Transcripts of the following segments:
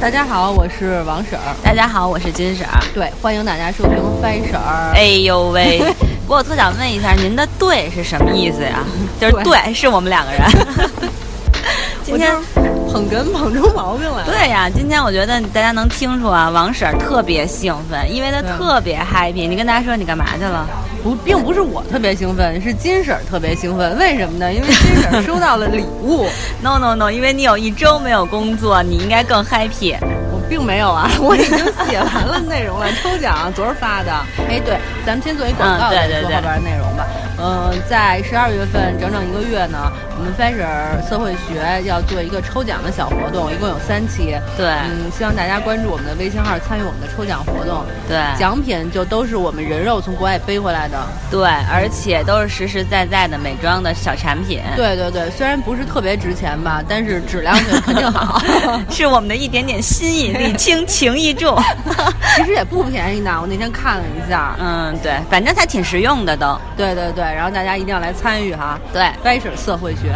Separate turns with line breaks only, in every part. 大家好，我是王婶儿。
大家好，我是金婶儿。
对，欢迎大家收听翻婶儿。
哎呦 喂！不过我特想问一下，您的“对”是什么意思 呀？就是
对
“对”是我们两个人。 今天
我就是捧哏捧出毛病来了。
对呀、今天我觉得大家能听出啊，王婶儿特别兴奋，因为她
对
特别 happy。你跟大家说你干嘛去了？
不，并不是我特别兴奋，是金婶儿特别兴奋。为什么呢？因为金婶儿收到了礼 物，
No no no，因为你有一周没有工作，你应该更 happy。
我并没有 啊，我已经写完了内容了。抽奖啊昨儿发的。啊哎，对，咱们先做一广告，
嗯对
再
对
说
对
后边的内容吧。嗯、在十二月份整整一个月呢，我们翻婶儿社会学要做一个抽奖的小活动，一共有三期。
对、
嗯，希望大家关注我们的微信号，参与我们的抽奖活动。
对
奖品就都是我们人肉从国外背回来的。
对，而且都是实实在在的美妆的小产品。
对对对，虽然不是特别值钱吧，但是质量就肯定好。
是我们的一点点心意， 礼轻情意重。
其实也不便宜呢，我那天看了一下。
嗯，对，反正它挺实用的都。
对对对，然后大家一定要来参与哈。
对
Fashion 社会学，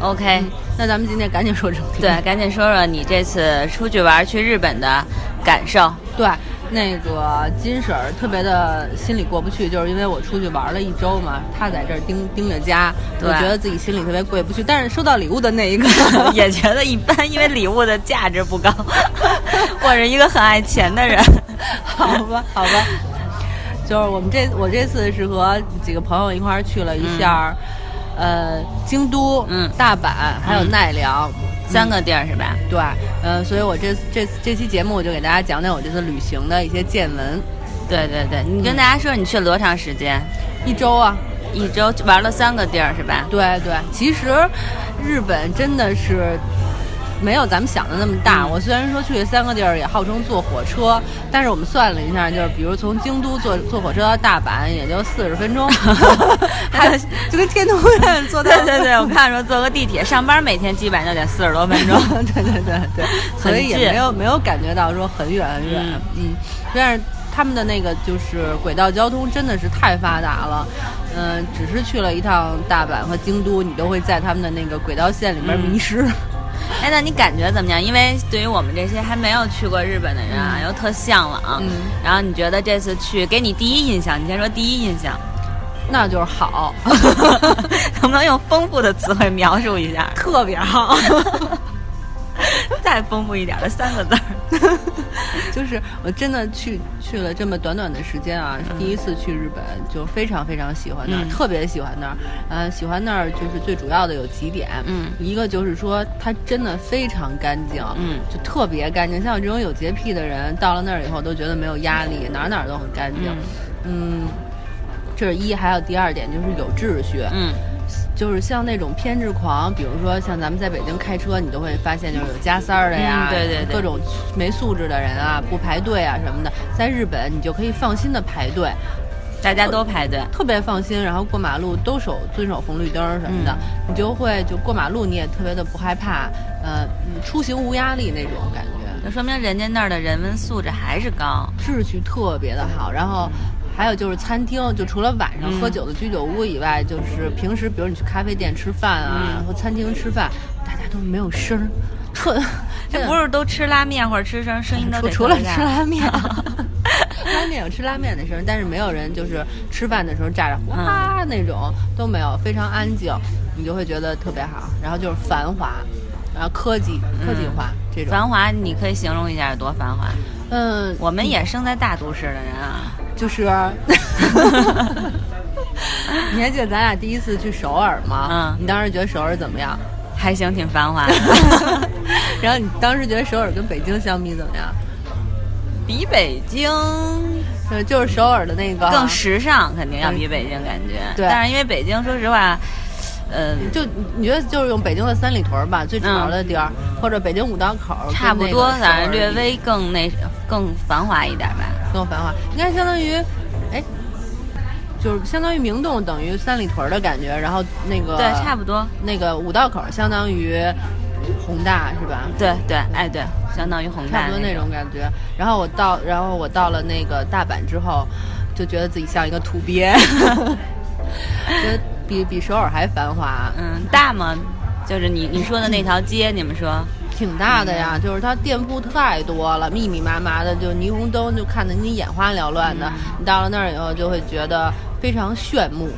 ，OK，、
那咱们今天赶紧说正题。
对，赶紧说说你这次出去玩去日本的感受。
对，那个金婶儿特别的心里过不去，就是因为我出去玩了一周嘛，她在这儿盯盯着家，我
对
觉得自己心里特别过意不去。但是收到礼物的那一刻，
也觉得一般，因为礼物的价值不高。 我是一个很爱钱的人。
好吧，好吧，就是我们这我这次是和几个朋友一块儿去了一下儿，呃，京都、
嗯
大阪还有奈良。
三个地儿是吧？
对，呃，所以我这这这期节目我就给大家讲讲我这次旅行的一些见闻。
对对对，你跟大家说你去了多长时间？
一周啊，
一周玩了三个地儿是吧？
对对，其实日本真的是没有咱们想的那么大。
嗯
我虽然说去三个地儿也号称坐火车，但是我们算了一下，就是比如从京都坐坐火车到大阪也就四十 分钟，还就跟天通苑坐到
对对对，我看说坐个地铁上班，每天基本上就得四十多分钟。
对对对对，所以
很
也
近
没有没有感觉到说很远很远，嗯，但是他们的那个就是轨道交通真的是太发达了，嗯、只是去了一趟大阪和京都，你都会在他们的那个轨道线里面
嗯
迷失。
哎，那你感觉怎么样？因为对于我们这些还没有去过日本的人啊，又特向往。
嗯
然后你觉得这次去给你第一印象？你先说第一印 象，
那就是好，
能不能用丰富的词汇描述一下？
特别好，
再丰富一点的三个字儿。
就是我真的去去了这么短短的时间啊，第一次去日本就非常非常喜欢那儿，
嗯
特别喜欢那儿。呃，喜欢那儿就是最主要的有几点，
嗯
一个就是说它真的非常干净，
嗯
就特别干净。像我这种有洁癖的人，到了那儿以后都觉得没有压力，
嗯
哪儿哪儿都很干净。嗯，这是一，还有第二点就是有秩序，
嗯，
就是像那种偏执狂，比如说像咱们在北京开车，你都会发现就是有加塞儿的呀，
嗯对对对
各种没素质的人啊，不排队啊什么的，在日本你就可以放心的排队，
大家都排队。
特别放心，然后过马路都守遵守红绿灯儿什么的，你就会就过马路你也特别的不害怕，呃，嗯出行无压力那种感觉。
就说明人家那儿的人文素质还是高，
秩序特别的好，然后还有就是餐厅，就除了晚上喝酒的居酒屋以外，就是平时比如你去咖啡店吃饭啊，
嗯
和餐厅吃饭，大家都没有声儿，特
这不是都吃拉面或者吃什么声音嗯都
除
得
啊除了吃
特别大
拉面。 拉面有吃拉面的声儿，但是没有人就是吃饭的时候炸着
嗯
呼啊那种都没有，非常安静，你就会觉得特别好。然后就是繁华，然后科技科技化、这种，
嗯繁华，你可以形容一下有多繁华？
嗯，
我们也生在大都市的人啊，
就是， 你还记得咱俩第一次去首尔吗？
嗯
你当时觉得首尔怎么样？
还行，挺繁华的。
然后你当时觉得首尔跟北京相比怎么样？
比北京
呃，就是首尔的那个
更时尚，肯定要比北京感觉。
嗯对嗯
但是因为北京，说实话，呃，
就你觉得就是用北京的三里屯吧，最主要的地儿，或者北京五道口，
嗯差不多，
跟那个首尔
反正略微更那更繁华一点吧。
更繁华，应该相当于，哎，就是相当于明洞等于三里屯的感觉，然后那个
对，差不多。
那个五道口相当于宏大是吧？
对对，哎对，相当于宏
差
大
不多
那
那。种感觉。然后我到，然后我到了那个大阪之后，就觉得自己像一个土鳖， 觉得比比首尔还繁华。
嗯，大吗？就是你你说的那条街，你们说
挺大的呀，就是它店铺太多了，密密麻麻的，就霓虹灯就看得你眼花缭乱的。
嗯
你到了那儿以后，就会觉得非常炫目，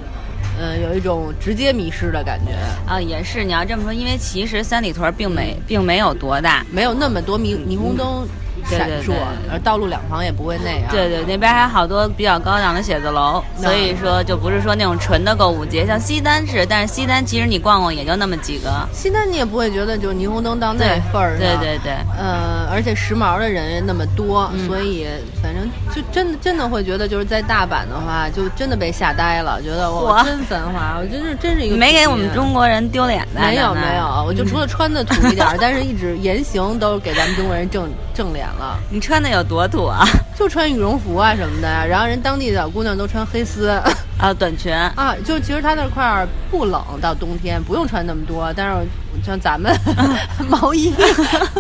嗯，有一种直接迷失的感觉，
啊，也是你要这么说，因为其实三里屯并没并没有多大，
没有那么多霓霓虹灯
对
闪
嗯对
烁
对，
而道路两旁也不会那样。
对对，那边还好多比较高档的写字楼，
嗯
所以说就不是说那种纯的购物节，像西单是，但是西单其实你逛逛也就那么几个，
西单你也不会觉得就霓虹灯到那
对
份儿，
对嗯对。对，
呃，而且时髦的人那么多，所以反正就真的真的会觉得，就是在大阪的话，就真的被吓呆了，觉得我
嚯
真繁华，我真是真是一个
没给我们
普通人
中国人丢脸的，
没有
咱们
没 有，，我就除了穿的土一点儿，但是一直言行都给咱们中国人正正脸了，
你穿的有多 土啊？
就穿羽绒服啊什么的呀，然后人当地的小姑娘都穿黑丝
啊，短裙，
啊，就其实他那块儿不冷，到冬天不用穿那么多，但是像咱们 毛衣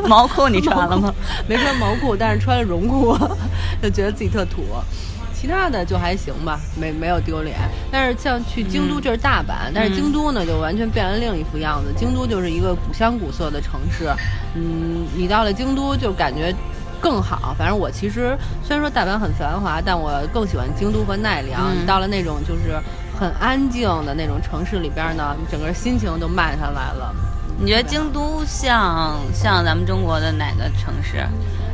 毛裤你穿了吗？
没穿毛裤，但是穿了绒裤， 就觉得自己特土。其他的就还行吧，没没有丢脸。但是像去京都，这是大
嗯
阪，但是京都呢就完全变成另一副样子。京都就是一个古香古色的城市，嗯，你到了京都就感觉更好。反正我其实虽然说大阪很繁华，但我更喜欢京都和奈良。
嗯
你到了那种就是很安静的那种城市里边呢，你整个心情都慢下来了。
你觉得京都像像咱们中国的哪个城市？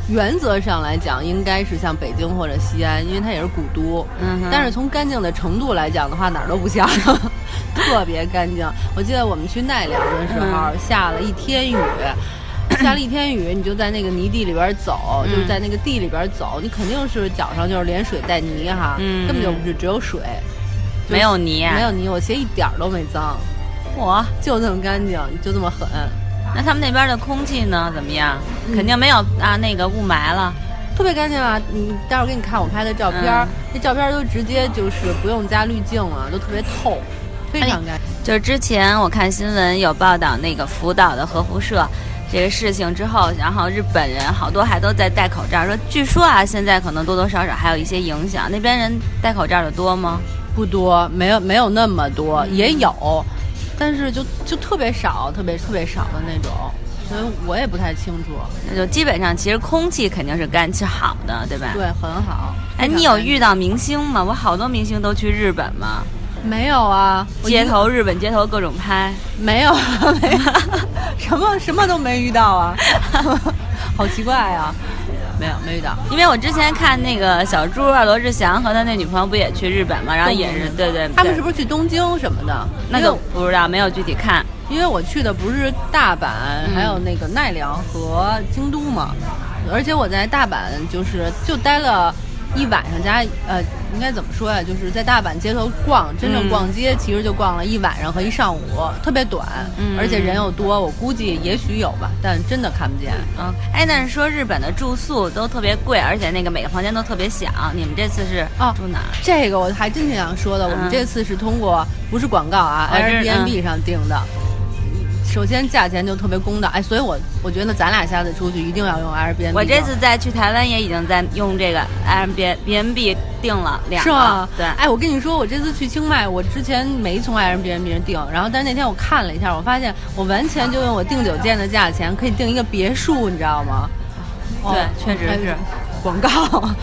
原则上来讲，应该是像北京或者西安，因为它也是古都。
嗯哼
但是从干净的程度来讲的话，哪儿都不像， 特别干净。我记得我们去奈良的时
嗯
候，下了一天雨。 下了一天雨，你就在那个泥地里边走，
嗯
就是在那个地里边走，你肯定是脚上就是连水带泥哈，
嗯
根本就不是只有水，就
没有泥、
没有泥，我鞋一点儿都没脏，
我。
就这么干净，就这么狠。
那他们那边的空气呢？怎么样？
嗯
肯定没有啊，那个雾霾了。
特别干净啊！你待会儿给你看我拍的照片儿，那照片儿都直接就是不用加滤镜了，都特别透，非常干净。
就是之前我看新闻有报道那个福岛的核辐射这个事情之后，然后日本人好多还都在戴口罩，说据说啊，现在可能多多少少还有一些影响。那边人戴口罩的多吗？
不多，没有没有那么多，也有，但是就就特别少，特别特别少的那种，所以我也不太清楚。
那就基本上其实空气肯定是干是好的，对吧？
对，很好。
哎，
非常
你有
干净
遇到明星吗？我好多明星都去日本嘛，
没有啊？我一
街头日本街头各种拍。
没有，啊没有，什么什么都没遇到啊， 好奇怪啊！没有，没遇到。
因为我之前看那个小猪啊，罗志祥和他那女朋友不也去日本嘛，然后也是对对，
他们是
不
不是去东京什么的？
那
因为
个不知道，没有具体看。
因为我去的不是大阪，
嗯
还有那个奈良和京都嘛，而且我在大阪就是就待了一晚上加呃，应该怎么说呀？就是在大阪街头逛，真正
嗯
逛街其实就逛了一晚上和一上午，特别短，
嗯
而且人又多，我估计也许有吧，但真的看不见。
嗯，哎，但是说日本的住宿都特别贵，而且那个每个房间都特别小。你们这次是
哦
住哪儿？
这个我还真挺想说的，我们
嗯哦
这次是通过不是广告啊
我知
，Airbnb 上订的。首先价钱就特别公道，哎，所以我我觉得咱俩下次出去一定要用 Airbnb。
我这次在去台湾也已经在用这个 Airbnb 订了两
是
个，
吗？
对，
哎，我跟你说，我这次去清迈，我之前没从 Airbnb 上订，然后但是那天我看了一下，我发现我完全就用我订酒店的价钱可以订一个别墅，你知道吗？哦
对确实
哎
是
广 告。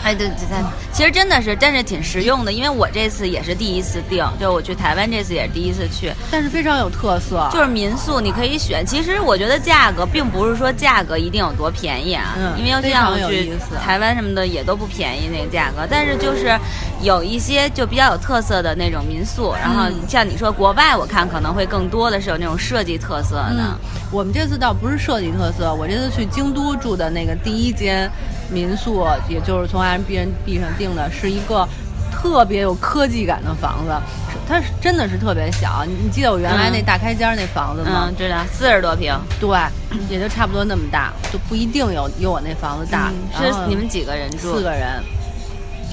哎，对对对，其实真的是，真是挺实用的，因为我这次也是第一次订，就我去台湾这次也是第一次去，
但是非常有特色，
就是民宿你可以选。其实我觉得价格并不是说价格一定有多便宜啊，
嗯
因为就
非
像
常
我
有
去
意思
台湾什么的也都不便宜那个价格，但是就是有一些就比较有特色的那种民宿，然后
嗯
像你说国外，我看可能会更多的是有那种设计特色的
嗯。，我们这次倒不是设计特色，我这次去京都住的那个第一间民宿，也就是从 Airbnb 上订的，是一个特别有科技感的房子，是它是真的是特别小。你你记得我原来那
嗯
大开间儿那房子吗？
嗯，知道四十多平，
对， 也就差不多那么大，就不一定有有我那房子大。
嗯是
嗯然后
你们几个人住？
四个人，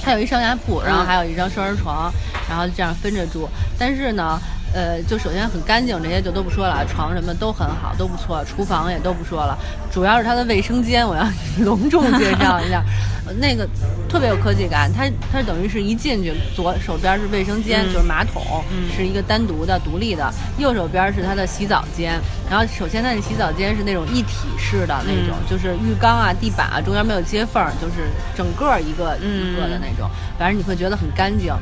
它有一上下铺，然后
嗯
还有一张双人床，然后这样分着住。但是呢，呃，就首先很干净，这些就都不说了，床什么都很好，都不错，厨房也都不说了，主要是它的卫生间，我要隆重介绍 一下，呃那个特别有科技感，它它等于是一进去，左手边是卫生间，
嗯
就是马桶，
嗯
是一个单独的独立的，右手边是它的洗澡间，然后首先它的洗澡间是那种一体式的那种，
嗯
就是浴缸啊、地板啊中间没有接缝儿，就是整个一个
嗯
一个的那种，反正你会觉得很干净。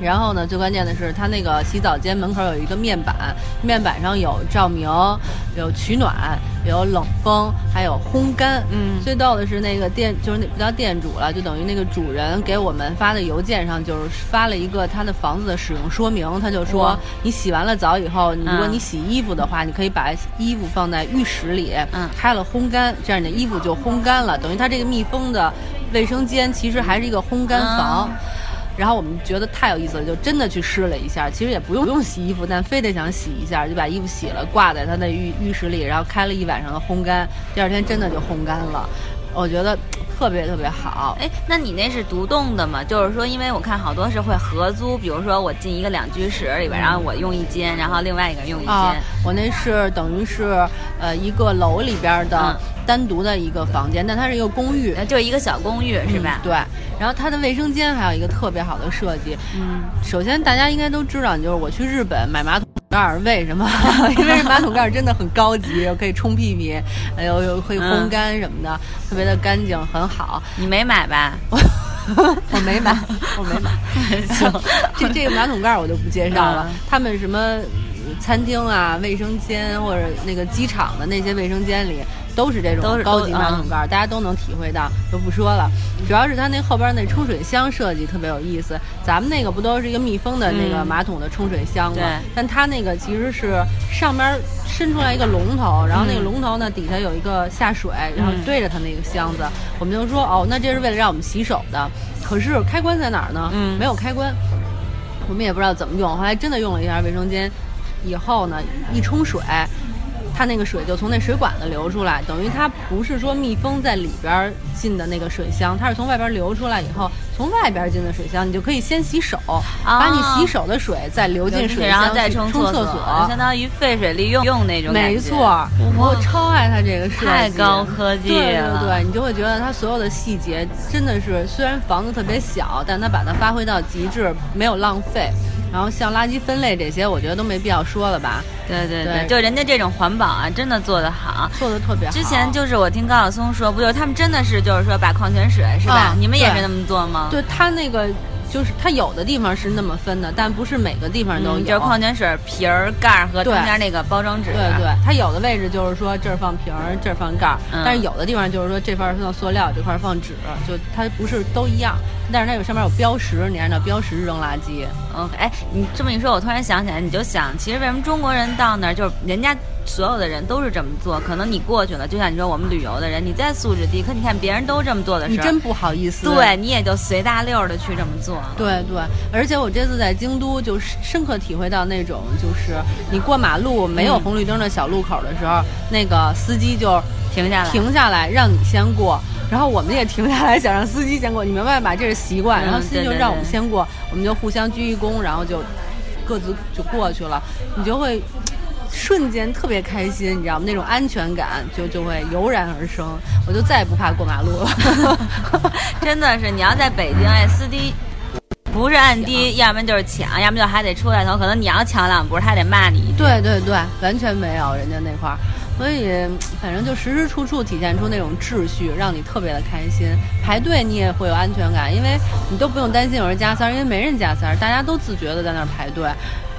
然后呢，最关键的是，它那个洗澡间门口有一个面板，面板上有照明、有取暖、有冷风，还有烘干。
嗯
最逗的是那个店，就是那不叫店主了，就等于那个主人给我们发的邮件上，就是发了一个他的房子的使用说明。他就说
哇，
你洗完了澡以后，你如果
嗯
你洗衣服的话，你可以把衣服放在浴室里，
嗯
开了烘干，这样你的衣服就烘干了。等于它这个密封的卫生间其实还是一个烘干房。
啊
然后我们觉得太有意思了，就真的去试了一下。其实也不用不用洗衣服，但非得想洗一下，就把衣服洗了，挂在它那浴浴室里，然后开了一晚上的烘干，第二天真的就烘干了。我觉得特别特别好。
哎，那你那是独栋的吗？就是说，因为我看好多是会合租，比如说我进一个两居室里边，然后我用一间，然后另外一个人用一
嗯
间。
啊，我那是等于是呃一个楼里边的
嗯
单独的一个房间，但它是一个公寓，
呃就是一个小公寓是吧
嗯？对，然后它的卫生间还有一个特别好的设计。
嗯，
首先大家应该都知道，就是我去日本买马桶盖儿，为 什么？因为马桶盖儿真的很高级，又可以冲屁屁，哎呦又会烘干什么的，特别的干净，很好。
你没买吧？
我没买，我没 买。这这个马桶盖儿我就不介绍了
嗯，
他们什么呃餐厅啊、卫生间或者那个机场的那些卫生间里。都是这
都
种
是
高级
都嗯
马桶盖儿，大家都能体会到，就不说了。主要是它那后边那冲水箱设计特别有意思，咱们那个不都是一个密封的那个
嗯
马桶的冲水箱吗
对？
但它那个其实是上面伸出来一个龙头，然后那个龙头呢底下有一个下水，然后
嗯
对着它那个箱子，我们就说哦，那这是为了让我们洗手的。可是开关在哪儿呢？
嗯
没有开关，我们也不知道怎么用。后来真的用了一下卫生间，以后呢，一冲水，它那个水就从那水管子流出来，等于它不是说密封在里边儿进的那个水箱，它是从外边流出来以后，从外边进的水箱，你就可以先洗手，
哦
把你洗手的水再流进水
然
箱
后再
去
冲
冲
所，相当于废水利用用那种感觉。
没错，我超爱它这个设计，
太高科技
对对
了
对，你就会觉得它所有的细节真的是，虽然房子特别小，但它把它发挥到极致，没有浪费。然后像垃圾分类这些，我觉得都没必要说了吧，
对对
对
就人家这种环保啊，真的做得好。
做的特别好。
之前就是我听高晓松说，不就是他们真的是就是说把矿泉水是吧？
啊
你们也是
对
那么做吗？
对它那个就是它有的地方是那么分的，但不是每个地方都有。
嗯，就是矿泉水瓶儿盖儿和中
对
间那个包装纸。啊
对对，它有的位置就是说这儿放瓶儿，这儿放盖儿，
嗯
但是有的地方就是说这块儿放塑料，这块儿放纸，就它不是都一样，但是它有上面有标识，你按照标识扔垃圾。
OK，哎，你这么一说，我突然想起来，你就想，其实为什么中国人到那儿，就是人家所有的人都是这么做，可能你过去了，就像你说我们旅游的人，你在素质低，可你看别人都这么做的
你
时候，
真不好意思。
对，你也就随大溜儿的去这么做。
对对，而且我这次在京都就深刻体会到那种，就是你过马路没有
嗯
红绿灯的小路口的时候，那个司机就
停下来，
停下来让你先过，然后我们也停下来想让司机先过，你明白吧？这是习惯，
嗯
然后司
对
机就
对
让我们
对
先过，我们就互相鞠一躬，然后就各自就过去了，你就会。瞬间特别开心，你知道吗？那种安全感就就会油然而生，我就再也不怕过马路了。
真的是，你要在北京，哎，司机不是按滴，要么就是抢，要么就还得出来头，可能你要抢两步，他还得骂你一
对
顿。
对对，完全没有人家那块儿，所以嗯反正就时时处处体现出那种秩序，让你特别的开心。排队你也会有安全感，因为你都不用担心有人加塞儿，因为没人加塞儿，大家都自觉的在那儿排队，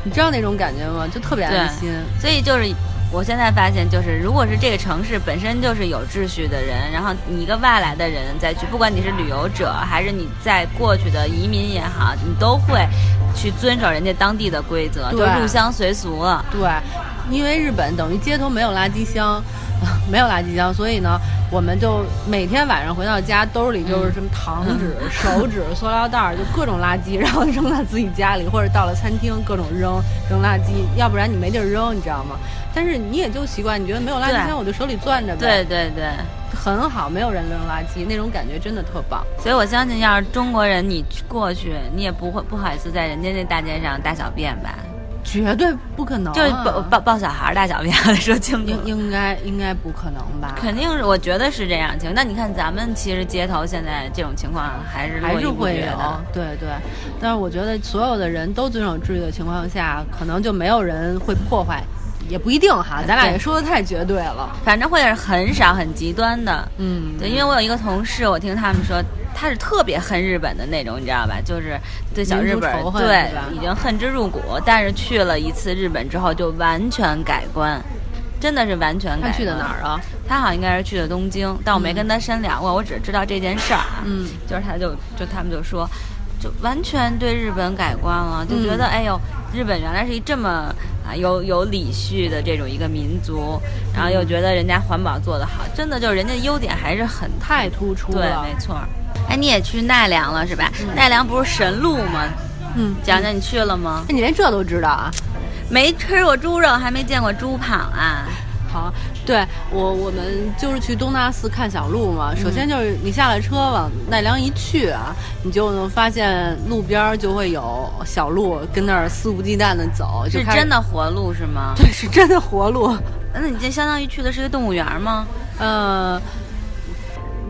你知道那种感觉吗？就特别安
对
心。
所以就是，我现在发现，就是如果是这个城市本身就是有秩序的人，然后你一个外来的人再去，不管你是旅游者还是你在过去的移民也好，你都会去遵守人家当地的规则，就
对
入乡随俗了。
对，因为日本等于街头没有垃圾箱， 没有垃圾箱，所以呢，我们就每天晚上回到家，兜里就是什么糖纸、手纸、塑料袋儿，就各种垃圾，然后扔到自己家里，或者到了餐厅各种扔扔垃圾，要不然你没地儿扔，你知道吗？但是你也就习惯，你觉得没有垃圾
对
箱，我就手里攥着
对
呗，
对对。
很好，没有人扔垃圾，那种感觉真的特棒。
所以我相信，要是中国人你去过去，你也不会不好意思在人家那大街上大小便吧？
绝对不可能、啊，
就是抱抱抱小孩大小便， 说清楚
应。应该应该不可能吧？
肯定是，我觉得是这样情况。那你看咱们其实街头现在这种情况还是
还是会
有，
对对。但是我觉得所有的人都遵守秩序的情况下，可能就没有人会破坏，也不一定哈。咱俩也说的太绝对了，
反正会是很少很极端的。
嗯，
对，因为我有一个同事，我听他们说。他是特别恨日本的那种，你知道吧？就是对小日本，
仇恨
对
是吧
已经恨之入骨。但是去了一次日本之后，就完全改观，真的是完全
他
改观。
去的哪儿啊？
他好像应该是去的东京，但我没跟他深聊过，我只知道这件事儿。啊
嗯，
就是他就就他们就说，就完全对日本改观了，就觉得、哎呦，日本原来是一这么啊有有礼序的这种一个民族，然后又觉得人家环保做得好，真的就是人家优点还是很
太突出
对，
了。
没错。嗯哎，你也去奈良了是吧？奈良不是神鹿吗？
嗯，
讲讲你去了吗？
哎，你连这都知道啊？
没吃过猪肉，还没见过猪跑啊！
好，对我我们就是去东大寺看小鹿嘛。
嗯
首先就是你下了车往奈良一去啊，你就能发现路边儿就会有小鹿跟那儿肆无忌惮的走，就是开始
真。的活鹿是吗？
对，是真的活鹿，
那你这相当于去的是一个动物园吗？
呃，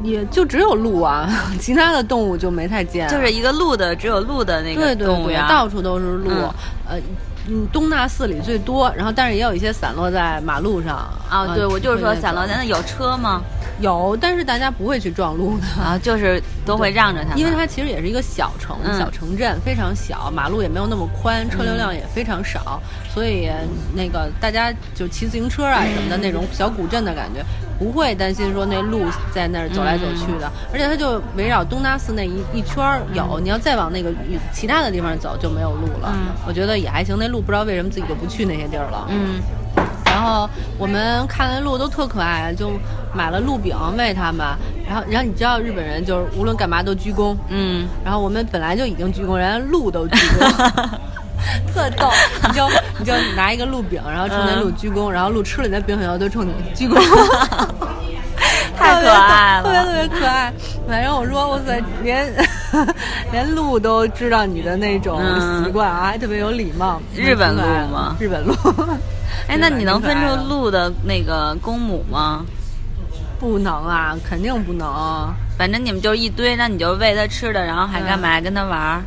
也就只有鹿啊， 其他的动物就没太见。啊
就是一个鹿的，只有鹿的那
对
个
对
动物
对
园，。
到处都是鹿，
嗯
呃，嗯，东大寺里最多，然后但是也有一些散落在马路上。呃
啊，对，我就是说散落
在
在那有车吗？
有，但是大家不会去撞鹿的。
啊，就是都会让着他们，
因为它其实也是一个小城、
嗯
小城镇，非常小，马路也没有那么宽，车流量也非常少，所以那个大家就骑自行车啊什么的那种小古镇的感觉，不会担心说那路在那儿走来走去
嗯
的，而且它就围绕东大寺那一一圈儿有，你要再往那个与其他的地方走就没有路了。
嗯
我觉得也还行，那路不知道为什么自己就不去那些地儿了。
嗯，
然后我们看的鹿都特可爱，就买了鹿饼喂它们。然后，然后你知道日本人就是无论干嘛都鞠躬，
嗯，
然后我们本来就已经鞠躬，人家鹿都鞠 躬，特逗。你就你就拿一个鹿饼，然后冲那鹿鞠躬，然后鹿吃了你的饼以后就冲你鞠躬，
太可爱了
特别特别特别可爱。反正我说，哇塞，连 连鹿都知道你的那种
嗯
习惯啊，还特别有礼貌。
日本鹿
挺可爱的啊
吗
日本鹿。
哎，那你能分
挺可爱
出
的
鹿的那个公母吗？
不能啊，肯定不能，
反正你们就一堆，那你就喂它吃的，然后还干
嗯
嘛？跟它玩儿？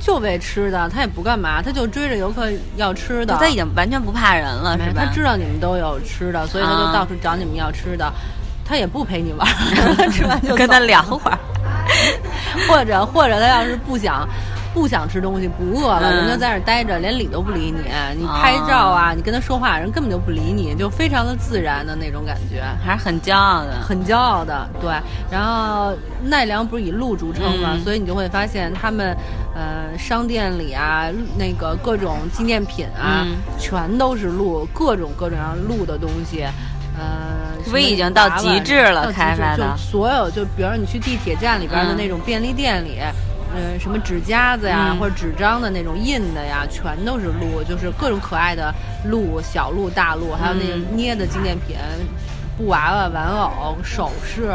就喂吃的，他也不干嘛，他就追着游客要吃的。
它已经完全不怕人了，
没
是吧？
他知道你们都有吃的，所以他
啊
就到处找你们要吃的。他也不陪你玩 儿，吃完就走
跟他聊会儿。
或者或者他要是不想不想吃东西，不饿了，
嗯
人就在那儿待着，连理都不理你。你
啊
拍照啊，你跟他说话，人根本就不理你，就非常的自然的那种感觉。
还是很骄傲的。
很骄傲的，对。然后奈良不是以鹿著称嘛，
嗯
所以你就会发现他们，呃，商店里啊，那个各种纪念品啊，
嗯
全都是鹿，各种各种各样鹿的东西。呃，什么
已经到
娃娃
极致了
到极致
开发的
就所有就比如说你去地铁站里边的
嗯
那种便利店里，嗯、什么纸夹子呀、
嗯
或者纸张的那种印的呀，全都是鹿，就是各种可爱的鹿，小鹿、大鹿，还有那个
嗯
捏的纪念品，布娃娃、玩偶、首饰，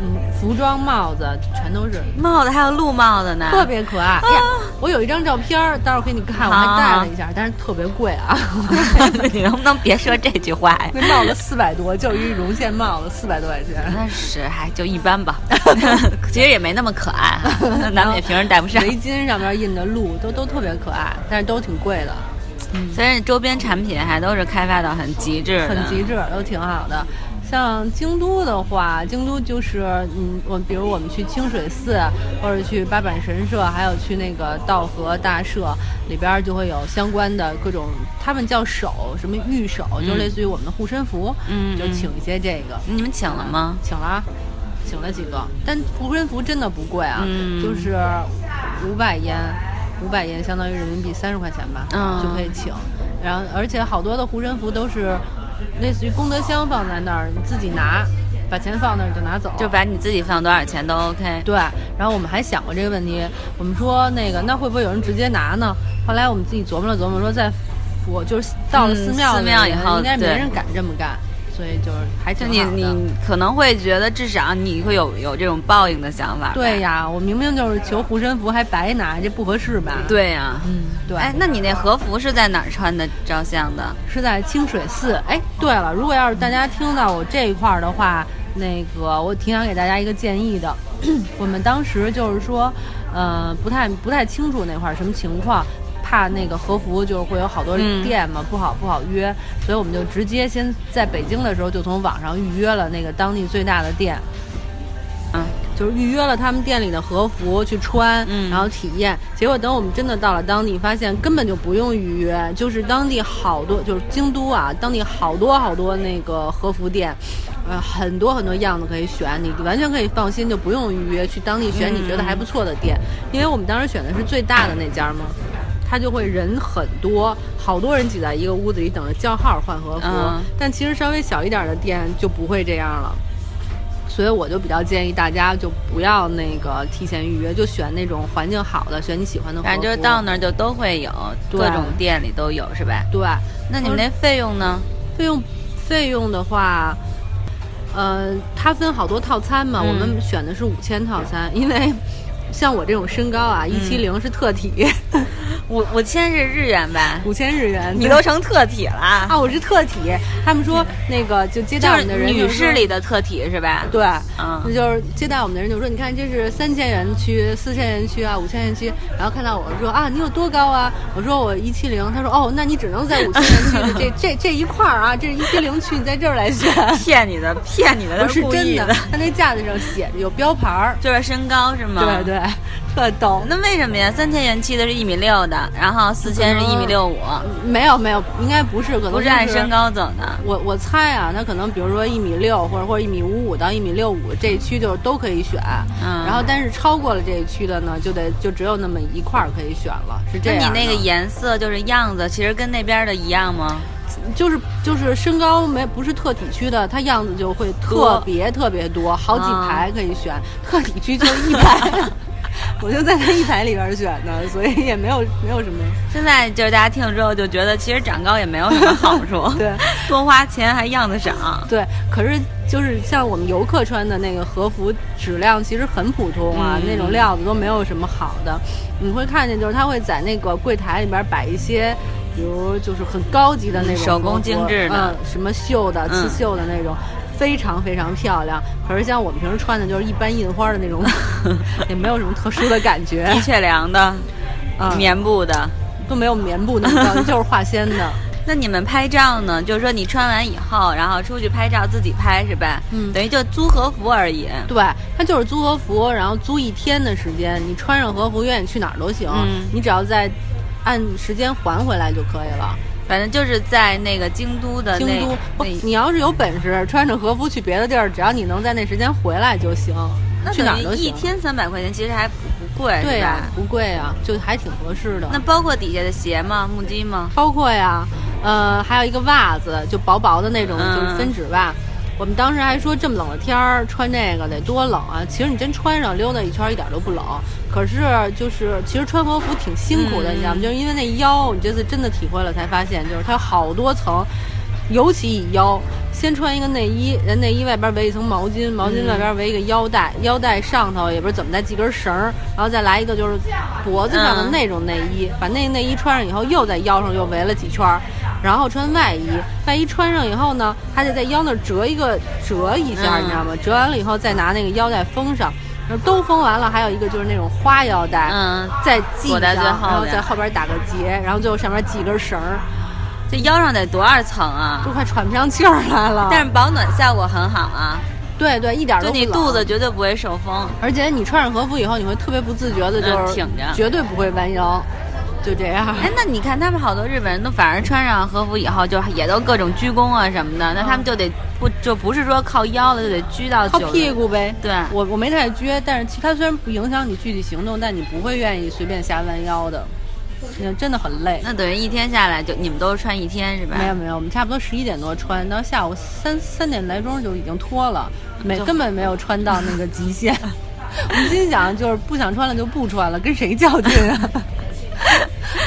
嗯，服装、帽子，全都是。
帽子还有鹿帽子呢，
特别可
啊
爱，哎呀我有一张照片儿，待会儿给你看，我
好
还带了一下，但是特别贵啊，
你能不能别说这句话呀？
那帽子四百多，就是一绒线帽子，四百多块 钱，
那是还就一 般吧，其实也没那么可爱，难免平时戴不上。
围巾上面印的鹿都都特别可爱，但是都挺贵的。
虽然周边产品还都是开发到很极致的，
很极致，都挺好的。像京都的话，京都就是嗯，我比如我们去清水寺，或者去八坂神社，还有去那个道和大社里边儿就会有相关的各种，他们叫手什么御手，就类似于我们的护身符，
嗯
就请一些这个。
你们请了吗？
请了啊，请了几个，但护身符真的不贵啊，
嗯
就是五百烟，五百烟相当于人民币三十块钱吧，
嗯
就可以请。然后，而且好多的护身符都是类似于功德箱放在那儿，你自己拿，把钱放那儿就拿走，
就把你自己放多少钱都 OK。
对，然后我们还想过这个问题，我们说那个那会不会有人直接拿呢？后来我们自己琢磨了琢磨，说在佛就是到了寺
嗯
庙里、
寺庙以后
应该没
对
人敢这么干，所以就是还
就
挺
你
好的
你可能会觉得至少你会有有这种报应的想法吧。
对呀，我明明就是求护身符，还白拿，这不合适吧？，
对呀、
嗯，对。
哎，那你那和服是在哪儿穿的照相的？
是在清水寺。哎，对了，如果要是大家听到我这一块儿的话，那个我挺想给大家一个建议的。 我们当时就是说，呃，不太不太清楚那块儿什么情况。怕那个和服就是会有好多
嗯
店嘛，不好不好约，所以我们就直接先在北京的时候就从网上预约了那个当地最大的店，
嗯，
就是预约了他们店里的和服去穿，
嗯
然后体验。结果等我们真的到了当地，发现根本就不用预约，就是当地好多，就是京都啊，当地好多好多那个和服店，呃，很多很多样子可以选，你完全可以放心，就不用预约，去当地选你觉得还不错的店。
嗯
因为我们当时选的是最大的那家嘛。它就会人很多，好多人挤在一个屋子里等着叫号换和服。
嗯
但其实稍微小一点的店就不会这样了。所以我就比较建议大家就不要那个提前预约，就选那种环境好的，选你喜欢的和服。
反正就是到那儿就都会有，
对嗯
各种店里都有，是吧？
对
那你们那费用呢？
费用费用的话，呃，它分好多套餐嘛，
嗯
我们选的是五千套餐，因为像我这种身高
嗯
啊，一七零是特体，
五五千是日元吧？
五千日元。
你都成特体了，
啊，我是特体，他们说那个就接待
就
我
是
们的人
女
就说
士里的特体是吧？
对，
嗯
那就是接待我们的人就说，你看这是三千元区、四千元区啊、五千元区，然后看到我说啊，你有多高啊？我说我一七零，他说哦，那你只能在五千 元区的这这这一块儿啊，这是一七零区，你在这儿来选。
骗你的，骗你的，
我
都
是
故
真
意
的，他那架子上写着有标牌儿，
就是身高是吗？
对。对，特逗。
那为什么呀？三千元期的是一米六的，然后四千是一米六五，
没有没有，应该不啊是，可能、
不是按身。高走的。
我我猜啊，他可能比如说一米六或者或者一米五五到一米六五这一区就是都可以选，
嗯
然后但是超过了这一区的呢，就得就只有那么一块儿可以选了，是这
那
样
你
的。
那个颜色就是样子，其实跟那边的一样吗？
就是就是身高没不是特体区的，它样子就会
多
特别特别多，好几
啊
排可以选，特体区就一排， 我就在那一排里边选的，所以也没有没有什么。
现在就是大家听了之后就觉得，其实长高也没有什么好处，
对，
多花钱还样子少。
对，可是就是像我们游客穿的那个和服，质量其实很普通啊，
嗯
那种料子都没有什么好的。你会看见，就是他会在那个柜台里边摆一些，比如就是很高级的那种
嗯手工
和服
精致的
嗯，什么绣的、刺
嗯
绣的那种。非常非常漂亮，可是像我们平时穿的就是一般印花的那种， 也没有什么特殊的感 觉，
的确良的，
嗯
棉布的。
都没有棉布那么高级，就是化纤的。
那你们拍照呢？就是说你穿完以后，然后出去拍照，自己拍是吧？
嗯
等于就租和服而已。
对，它就是租和服，然后租一天的时间，你穿上和服，愿意去哪儿都行，
嗯
你只要再按时间还回来就可以了。
反正就是在那个京都的呃那
京都，不，
那
你要是有本事穿着和服去别的地儿，只要你能在那时间回来就行，
那
去哪
等
儿
于
都行。
一天三百块钱，其实还不不贵，
对呀、
是吧？
不贵啊，就还挺合适的。
那包括底下的鞋吗？木屐吗？
包括呀，呃，还有一个袜子，就薄薄的那种，
嗯
就是分趾袜。我们当时还说这么冷的天儿穿这个得多冷啊！其实你真穿上溜达一圈儿一点都不冷，可是就是其实穿和服挺辛苦的，
嗯
你知道吗？就是因为那腰，你这次真的体会了才发现，就是它有好多层，尤其以腰。先穿一个内衣，人内衣外边围一层毛巾，毛
嗯
巾外边围一个腰带，腰带上头也不知道怎么再系根绳儿，然后再来一个就是脖子上的
嗯
那种内衣，把那内衣穿上以后，又在腰上又围了几圈儿，然后穿外衣，外衣穿上以后呢，还得在腰那儿折一个折一下，
嗯
你知道吗？折完了以后再拿那个腰带封上，然后都封完了，还有一个就是那种花腰带，
嗯，
再系上，
裹在最后
然后
边
在后边打个结，然后最后上面系一根绳儿，
这腰上得多少层啊
都？快喘不上气儿来了。
但是保暖效果很好啊，
对对，一点儿
就
都不啊
你
冷
肚子绝对不会受风。
而且你穿上和服以后，你会特别不自觉的，
嗯
就是
挺着
绝对不会弯腰，就这样。
哎，那你看他们好多日本人都反而穿上和服以后，就也都各种鞠躬啊什么的，那他们就得不就不是说靠腰了，就得鞠到
嗯靠
90
屁。股呗。
对
我我没太撅，但是其它虽然不影响你具体行动，但你不会愿意随便瞎弯腰的，嗯真的很累。
那等于一天下来就你们都穿一天是吧？
没有没有，我们差不多十一点多穿到下午三三点来钟就已经脱了，没
就
根本没有穿到那个极 限。我们心想就是不想穿了就不穿了，跟谁较劲啊？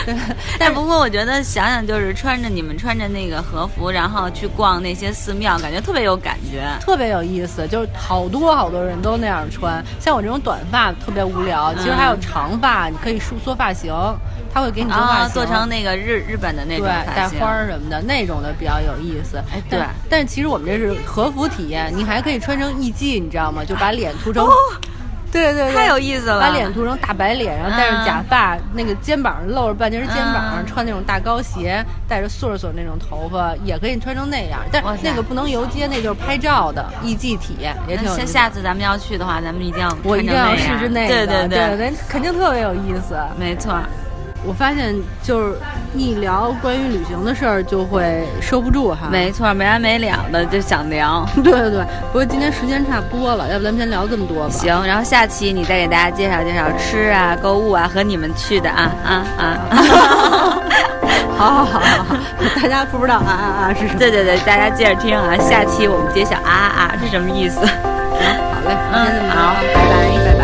对，
但哎不过我觉得想想就是穿着你们穿着那个和服，然后去逛那些寺庙，感觉特别有感觉。
特别有意思，就是好多好多人都那样穿。像我这种短发特别无聊，其实还
嗯
有长发，你可以梳做发型，他会给你做发
啊、
型，
做成那个日日本的那种
对
发
带
型
花儿什么的那种的比较有意思。
哎
但
对
但是其实我们这是和服体验，你还可以穿成艺妓，你知道吗？就把脸涂成，
哦
对对对，
太有意思了
把脸涂成大白脸，然后戴着假发，那个肩膀上露着半截儿肩膀，
嗯
穿那种大高鞋，戴着穗儿穗儿那种头发，也可以穿成那样。但
哇塞
那个不能游街，那就是拍照的艺妓体验，也挺有
那
意
下
思。
下次咱们要去的话，咱们一定要
我一定要
穿成
试试那
样
个，
对对
对啊肯定特别有意思。
没错。
我发现就是一聊关于旅行的事儿，就会收不住哈。
没错，没完没了的就想聊。
对对对，不过今天时间差不多了，要不咱们先聊这么多吧。，
行，然后下期你再给大家介绍介绍吃啊、购物啊和你们去的啊啊啊！
好好好好好， 大家不知道啊啊啊是什么？
对对对，大家接着听啊，下期我们揭晓啊啊啊是什么意思。
好嘞，今天这
嗯，
么着
好
啊，
拜拜。